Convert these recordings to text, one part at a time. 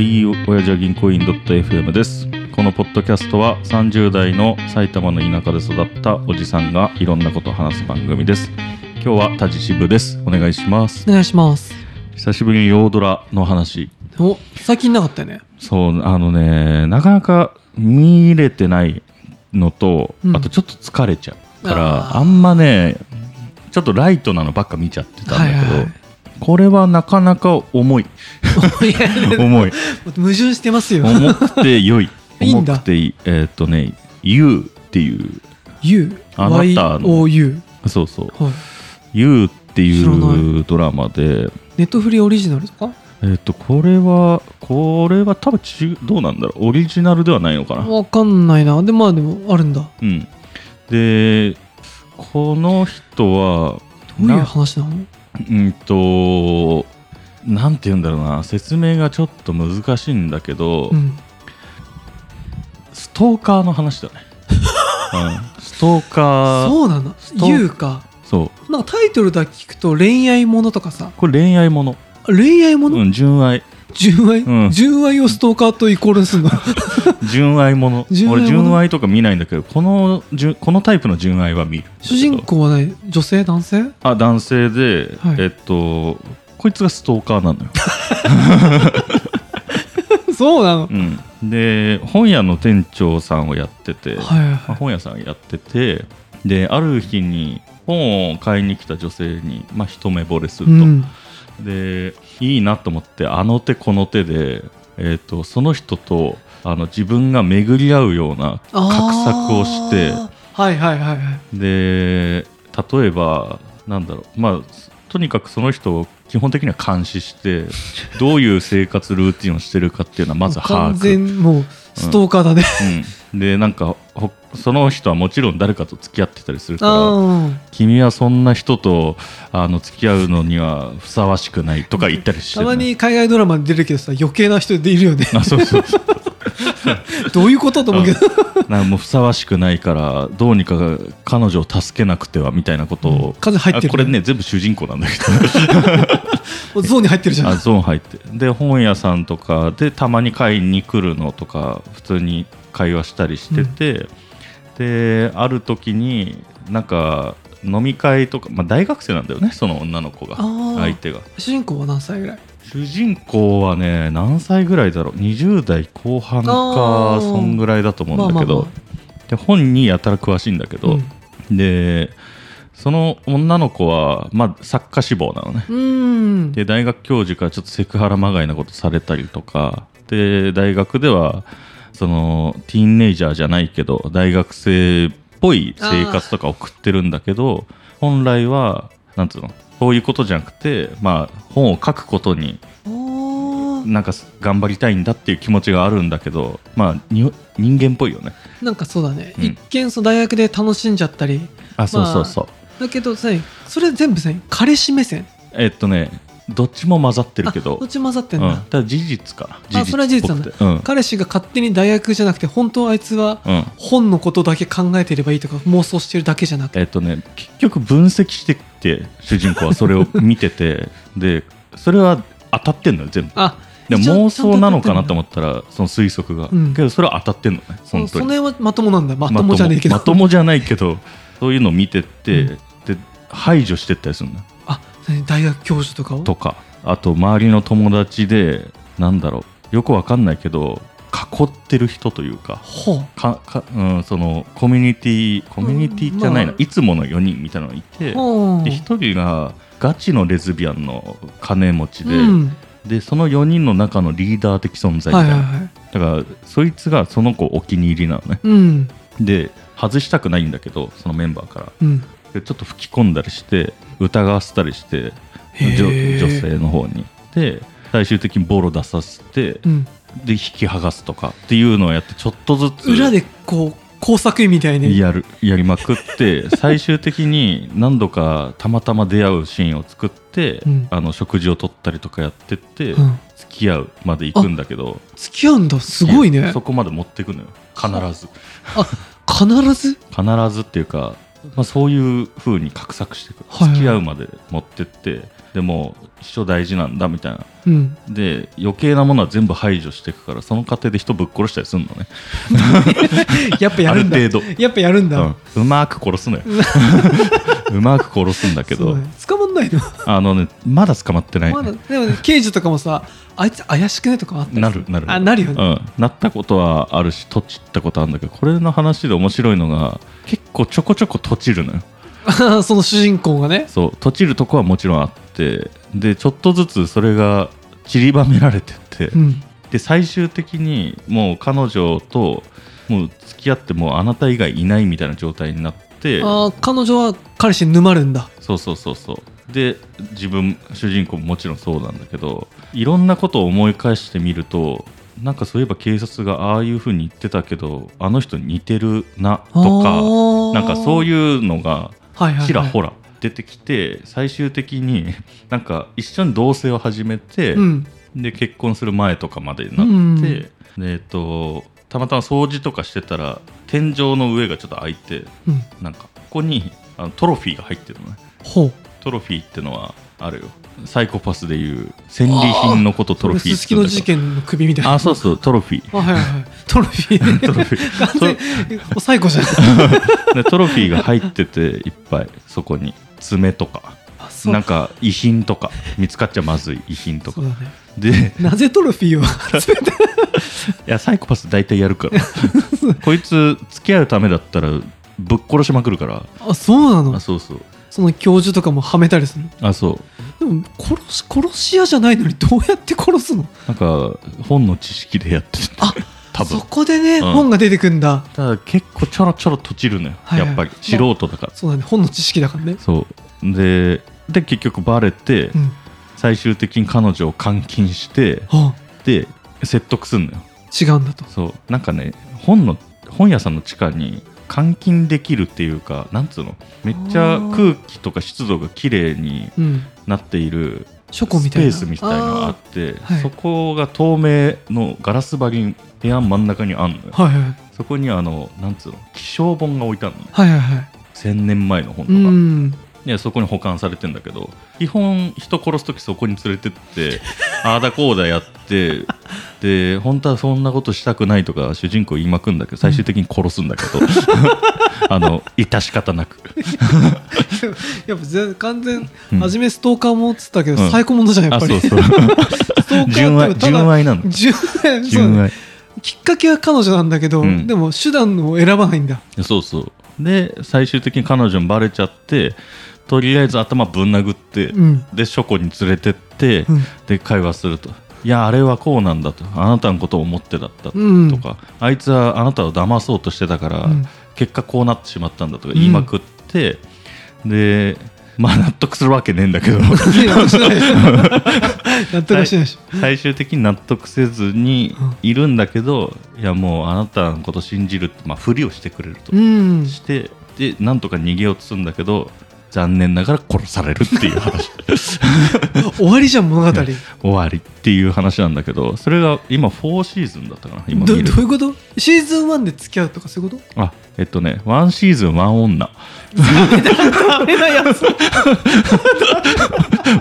いいおやじは銀行員 .fm ですこのポッドキャストは30代の埼玉の田舎で育ったおじさんがいろんなことを話す番組です今日は田地支部ですお願いしますお願いします久しぶりにヨードラの話お最近なかったよねそうあのねなかなか見れてないのと、うんあとちょっと疲れちゃうからああーんまねちょっとライトなのばっか見ちゃってたんだけど、はいはいこれはなかなか重いいや重い矛盾してますよ重くて良い いい重んだくていいえーっ、とね「YOU」っていう U あなたの YOU そうそうはい「YOU」ってい知らなうドラマでネットフリーオリジナルとかえーっ、とこれはこれは多分ちどうなんだろうオリジナルではないのかなわかんないなでまあでもあるんだどうんでこの人はういうな話なのうんとなんて言うんだろうな説明がちょっと難しいんだけど、うんストーカーの話 だね、うん、ストーカーそうなのト U かそうなんかタイトルだけ聞くと恋愛ものとかさこれ恋愛もの、あ恋愛もの、うん、純 愛純愛、うん純愛をストーカーとイコール にするの純愛もの純愛もの俺純愛とか見ないんだけどこの純このタイプの純愛は見る主人公はね女性男性あ男性で、はいえっとこいつがストーカーなのよ、そうなの、うん、で本屋の店長さんをやってて、はいはいまあは本屋さんやっててである日に本を買いに来た女性に、まあ、一目惚れすいると、うんでいいなと思ってあの手この手で、えー、とその人とあの自分が巡り合うような画策をしてあーはいはいはいはいで例えばなんだろうまあとにかくその人を基本的には監視 してどういう生活ルーティンをしてるかっていうのはまず把完握、全もうストーカーだね、うん、でなんかほその人はもちろん誰かと付き合ってたりするからあ君はそんな人とあの付き合うのにはふさわしくないとか言ったりしてーたるまに海外ドラマに出るけどさ余計な人でいるよねあそうそうそうどういうことと思うけどなんかもうふさわしくないからどうにか彼女を助けなくてはみたいなことを、風入ってるあこれね全部主人公なんだけもうゾーンに入ってるじどゃあんゾーン入ってで本屋さんとかでたまに買いに来るのとか普通に会話したりしてて、である時になんか飲み会とか、まあ、大学生なんだよねその女の子があー相手が主人公は何歳ぐらい主人公はね何歳ぐらいだろう20代後半あかーそんぐらいだと思うんだけど、まあまあまで本にやたら詳しいんだけど、でその女の子は、まあ、作家志望なのねうんで大学教授からちょっとセクハラまがいなことされたりとかで大学ではそのティーンネイジャーじゃないけど大学生っぽい生活とか送ってるんだけど本来はなんつうのそういうことじゃなくて、まあ、本を書くことにおーなんか頑張りたいんだっていう気持ちがあるんだけどまあに人間っぽいよねなんかそうだね、うん一見その大学で楽しんじゃったりあそうそうそう、だけどさそれ全部さ彼氏目線えっとねどっちも混ざってるけあどこっち混ざってんうだ、ん、ただ事実かなあそれは事実なんだっぽくてうん彼氏が勝手に大学じゃなくて本当はあいつはうん本のことだけ考えてればいいとか妄想してるだけじゃなくてえっとね結局分析してって主人公はそれを見てて でそれは当たってんのよ全部あで一応妄想なのかなとちゃん思ったらその推測が、うんけどそれは当たってんのねとや本っ当てんだそうにその辺はまともなんだまともじゃねえけどまともじゃないけどそういうのを見てって、うんで排除してったりするのよあ何大学教授とかをとかあと周りの友達でなんだろうよくわかんないけど囲ってる人というかほうかか、うん、そのコミュニティコミュニティじゃないな、うんまあいつもの4人みたいなのがいてでほう1人がガチのレズビアンの金持ちで,、うん、でその4人の中のリーダー的存在みたはいいはな、いはいだからそいつがその子お気に入りなのね うんで外したくないんだけどそのメンバーからうんでちょっと吹き込んだりして疑わせたりしてへ女ー女性の方にで最終的にボロ出させて、うんで引き剥がすとかっていうのをやってちょっとずつ裏でこう工作員みたいにやるやりまくって 最終的に何度かたまたま出会うシーンを作って、うんあの食事を取ったりとかやってって、うん付き合うまで行くんだけど付き合うんだすごいいやねそこまで持ってくのよ必ず必ず必ずっていうか、まあ、そういう風に画策していく、はい付き合うまで持ってってでも秘書大事なんだみたいな うん。で余計なものは全部排除していくからその過程で人ぶっ殺したりするのねやっぱやるんだ。ある程度やっぱやるんだ。うん、うまく殺すのよ うまく殺すんだけそどうね捕まんないの。あのねまだ捕まってない、 まだ、でもね、刑事とかもさ、あいつ怪しくないとかあったりなするなるあ、なるようね。ん、なったことはあるしとちったことあるんだけどこれの話で面白いのが結構ちょこちょことちるのよ その主人公がね。そうとちるとこはもちろんあってでちょっとずつそれが散りばめられてって、うん。で最終的にもう彼女ともう付き合ってもうあなた以外いないみたいな状態になってあー彼女は彼氏に沼るんだ。そうそうそうそうで自分主人公ももちろんそうなんだけどいろんなことを思い返してみるとなんかそういえば警察がああいうふうに言ってたけどあの人似てるなとかなんかそういう、いうのがはいはいはいちらほら出てきて最終的に なんか一緒に同棲を始めて、うん。で結婚する前とかまでになって、うんでえっとたまたま掃除とかしてたら天井の上がちょっと開いてうん。なんかここにあのトロフィーが入ってるのねほう。トロフィーってのはあるよサイコパスでいう戦利品のことトロフィーすってすき言うんのだけど事件の首みたいな。あそうそうトロフィ ーあはいはいはい。トロフィー。 トロフィー完全にお最高じ ゃん。でトロフィーが入ってていっぱいそこに爪とかあそうなんか遺品とか見つかっちゃまずい遺品とそかうだね。でなぜトロフィーを集めたいやサイコパス大体やるから こいつ付き合うためだったらぶっ殺しまくるからあそうな あのそうそうその教授とかもはめたりするあそうでも殺し殺し屋じゃないのにどうやって殺すのなんか本の知識でやってたあ多分そこでね、うん本が出てくんだただ結構ちょろちょろとちるのよ、はいはいやっぱり素人だから、そうだね本の知識だからねそうでで結局バレて、うん最終的に彼女を監禁してあで説得すんのよ違うんだとそうなんかね本の本屋さんの地下に監禁できるっていうかなんつうのめっちゃあー空気とか湿度が綺麗にうんなっている書庫みスたいペなースみたいなのがああってはいそこが透明のガラス張りに部屋の真ん中にあんのよーはいはいそこにあのなんつうの気象本が置いてあるのねはいはいはい1000年前の本とうか、んでそこに保管されてんだけど基本人殺す時そこに連れてって ああだこうだやってで本当はそんなことしたくないとか主人公言いまくんだけど最終的に殺すんだけ ど、あの致し方なく やっぱ全完全うん初めストーカーもっつったけど、うん最高ものじゃんやあっぱそうりそうストーカーって 純愛ただ純愛なの純愛そうだ純ね愛きっかけは彼女なんだけど、うんでも手段を選ばな いんだそうそうで最終的に彼女にバレちゃってとりあえず頭ぶん殴って、うんで書庫に連れてって、うん で会話すると「いやあれはこうなんだ」と「あなたのことを思ってだった」うんとか、あいつはあなたを騙そうとしてたから、うん結果こうなってしまったんだとか言いまくって、でまあ納得するわけねえんだ けどいや納得しないでしょ納得はしないでしょ、最終的に納得せずにいるんだけど、いやもうあなたのこと信じるって、まあ、ふりをしてくれるとうんして、でなんとか逃げようとするんだけど残念ながら殺されるっていう 話終わりじゃん物語ど終わりっていう話なんだけどそれが今4シーズンだったかな今どう見るいうことシーズン1で付き合うとかそういうこあえっとね1シーズン1女 とダメな やつ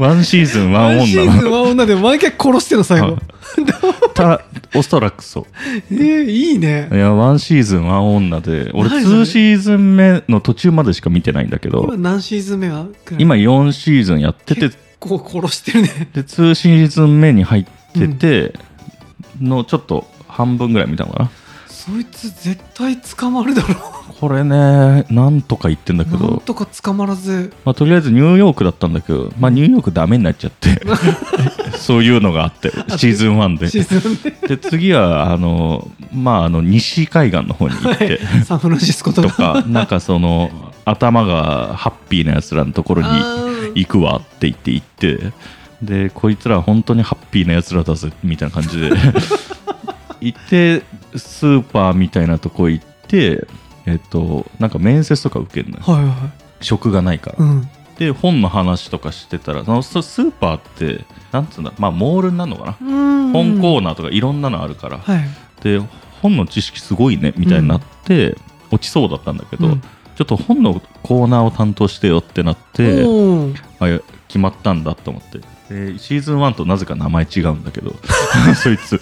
1シーズン1ワンシーズ女ンは女で毎回殺してるの最後はたおそらくそうえー、いいねいや1シーズン1女で俺ないよね2シーズン目の途中までしか見てないんだけど今何シーズン目はくらい今4シーズンやっててで結構殺してるね2シーズン目に入っててのちょっと半分ぐらい見たのかなそいつ絶対捕まるだろこれねなんとか言ってんだけうなんどとか捕まらずまあとりあえずニューヨークだったんだけどまあニューヨークダメになっちゃって そういうのがあってシーズン1でシーズンでで次はあの、まあ、あの西海岸の方に行って、サンフランシスコととかかなんかその頭がハッピーなやつらのところにあー行くわって言って行ってでこいつら本当にハッピーなやつらだぜみたいな感 じで行ってスーパーみたいなとこ行って、えっと、なんか面接とか受けるのよはいは職がないからい。うん。で本の話とかしてたらそのそスーパーってなんつうんだまあモールになるのかな、本コーナーとかいろんなのあるから、はい。で本の知識すごいねみたいになって、落ちそうだったんだけど、うんちょっと本のコーナーを担当してよってなっておーあいや決まったんだと思ってでシーズン1となぜか名前違うんだ けどそいつ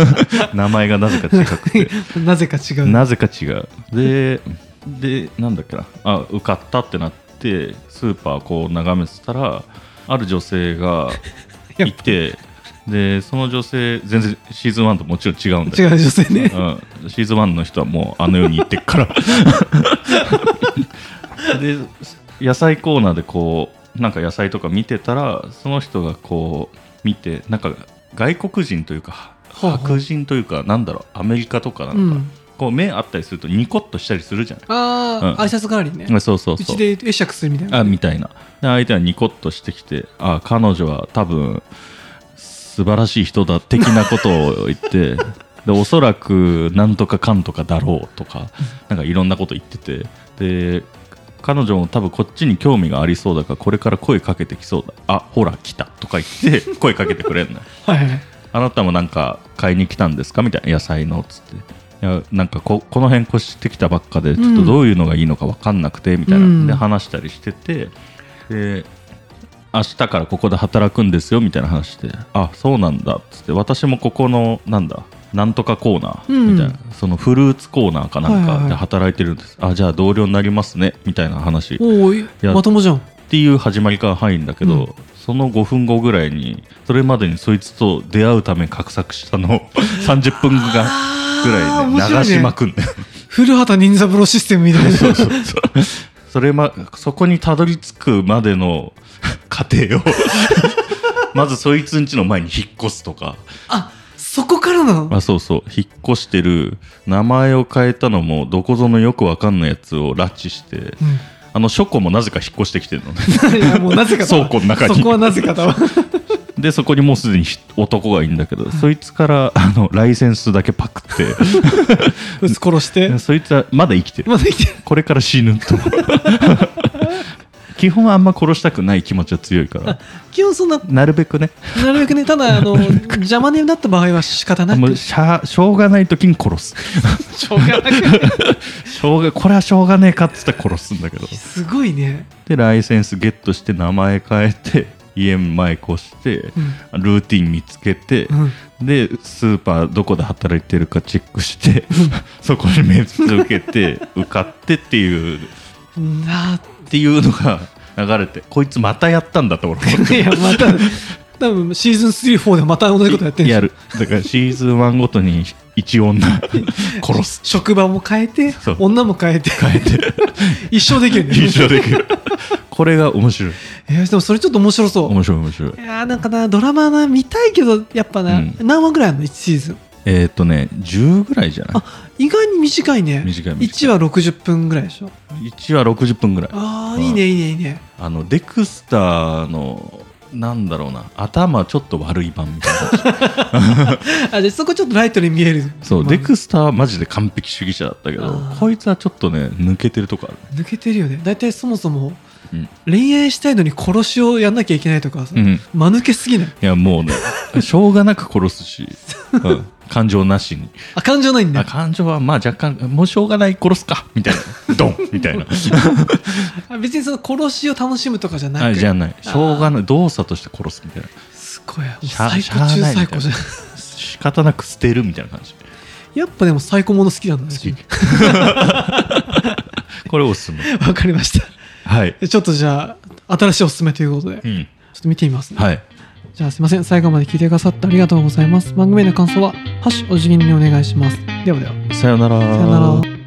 名前がなぜか違くて なぜか違う。なぜか違うででなんだっけなあ受かったってなってスーパーこう眺めてたらある女性が やっいてでその女性全然シーズン1ともちろん違うんだ違よう女性ね。うん、シーズン1の人はもうあの世に行ってっから で野菜コーナーでこうなんか野菜とか見てたらその人がこう見てなんか外国人というかほうほう白人というかなんだろうアメリカとかなうのか、ん。こう目あったりするとニコッとしたりするじゃないあうんあ、挨拶代わりにね。あそうそううそうちで会釈するみたいな。あみたいなで相手はニコッとしてきてあ彼女は多分素晴らしい人だ的なことを言って でおそらくなんとかかんとかだろうとかなんかいろんなこと言っててで彼女も多分こっちに興味がありそうだからこれから声かけてきそうだあほら来たとか言って声かけてくれんのよはいはい。あなたもなんか買いに来たんですかみたいな野菜のっつって。いやなんかここの辺越してきたばっかでちょっとどういうのがいいのか分かんなくてみたいな、うんで話したりしててで明日からここで働くんですよみたいな話してあそうなんだっつって私もここのなんだなんとかコーナーみたいな、そのフルーツコーナーかなんはいはいかはいで働いてるんです、あじゃあ同僚になりますねみたいな話おおいやまともじゃん。っていう始まりから入るんだけど、うんその5分後ぐらいにそれまでにそいつと出会うために画策したのを 30分がぐあらーい面で白流いねしまくんだよ古畑任三郎システムみたいな。そうそうそうそれ、ま、そこにたどり着くまでの 過程を まずそいつんちの前に引っ越すとかあ、そこからなのあそうそう引っ越してる名前を変えたのもどこぞのよくわかんないやつを拉致してうあのショコもなぜか引っ越してきてるのね ん。いや、もうなぜかだわ倉庫の中にそこはなぜ かだわ。でそこにもうすでにひ男がいいんだけど、そいつから あのライセンスだけパクっうつ殺してて。そいつはまだ生きてるまだ生きてる。これから死ぬと基本あんま殺したくない気持ちは強いから基本そんな、なるべくねなるべくね、ただ、あ の、邪魔になった場合は仕方なもくう。しゃしょうがない時に殺すしょうがなく。しょうがこれはしょうがねえかっつったら殺すんだけどすごいね。でライセンスゲットして名前変えて家前越して、ルーティン見つけて、うん。でスーパーどこで働いてるかチェックして そこに目つけて受かってっていうっうんあていうのが流れてこいつまたやったんだと俺思っーいや、また、多分シーズン3、4でまた同じことやっててるんでしやるょだからシーズン1ごとに一 女殺す職場も変えてそう、女も 変えて、変えて一生できるね。印象できるこれが面白いえーでもそれちょっと面白そう。面白い面白いいやーなんかな、ドラマな、見たいけど、やっぱな、うん何話ぐらいあるの ?1 シーズン。えっ、とね10ぐらいじゃないあ、意外に短いね。短い短い1話60分ぐらいでしょ。 1話60分ぐらいああ、うんいいね、いいね、いいね。あのデクスターのなんだろうな頭ちょっと悪い版み たいなあ、で、そこちょっとライトに見える。そう、まあデクスターはマジで完璧主義者だったけどあーこいつはちょっとね抜けてるとこあるね抜けてるよね。だいたいそもそも、うん恋愛したいのに殺しをやんなきゃいけないとかさ、うん間抜けすぎない。いやもうね しょうがなく殺す し、うん感情なしにあ、感情ないんだあ。感情はまあ若干もうしょうがない殺すかみたい なドンみたいなあ別にその殺しを楽しむとかじゃなあくじゃないしょうがない動作として殺すみたいなすごい。もうしゃ最し高ゃあ中ない最みた高いじなゃん。仕方なく捨てるみたいな感じやっぱでも最高もの好きなんだね。 これおすすめ わかりました。 はい、でちょっとじゃあ、新しいおすすめということで、うちょん、っと見てみますね。はいじゃあすいません。最後まで聞いてくださってありがとうございます。番組への感想は、ハッシュお辞儀にお願いします。ではでは、さよならさよなら。